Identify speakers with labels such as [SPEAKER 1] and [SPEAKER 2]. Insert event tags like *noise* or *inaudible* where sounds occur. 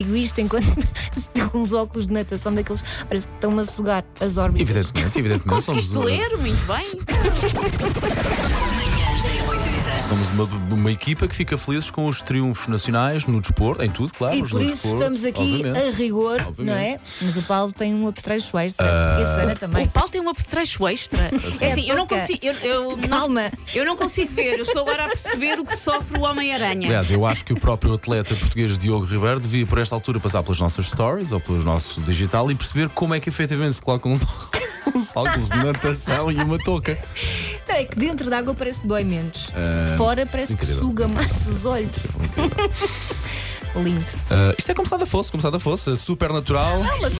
[SPEAKER 1] digo isto enquanto *laughs* tenho uns óculos de natação daqueles parece que estão-me a sugar as órbitas.
[SPEAKER 2] Evidentemente, evidentemente. Somos,
[SPEAKER 3] Conseguiste ler muito bem.
[SPEAKER 2] somos uma, uma equipa que fica felizes com os triunfos nacionais no desporto, em tudo, claro.
[SPEAKER 1] E
[SPEAKER 2] mas
[SPEAKER 1] por
[SPEAKER 2] no
[SPEAKER 1] isso
[SPEAKER 2] desporto,
[SPEAKER 1] estamos aqui a
[SPEAKER 2] obviamente.
[SPEAKER 1] rigor,
[SPEAKER 2] Obviamente. Ah.
[SPEAKER 1] não é? Mas o Paulo tem um apetrecho extra e a Susana
[SPEAKER 3] O
[SPEAKER 2] *laughs*
[SPEAKER 1] também.
[SPEAKER 3] Paulo tem um apetrecho extra. É assim, eu não
[SPEAKER 1] pouca.
[SPEAKER 3] consigo. Eu, eu- nós-
[SPEAKER 1] Calma.
[SPEAKER 3] eu não consigo ver. Eu estou agora a perceber o que sofre o Homem-Aranha.
[SPEAKER 2] Aliás, eu acho que o próprio atleta português Diogo Ribeiro devia, por esta altura, passar pelas nossas stories ou pelos nossos digital e perceber como é que efetivamente se colocam uns, *laughs* uns óculos de natação e uma touca.
[SPEAKER 1] Não, é que dentro da água parece que dói menos. Fora parece que
[SPEAKER 2] Ah, incrível.
[SPEAKER 1] suga mais os olhos. Lindo.
[SPEAKER 2] Ah, isto é como se nada fosse, como se nada fosse, super natural.
[SPEAKER 1] Não, mas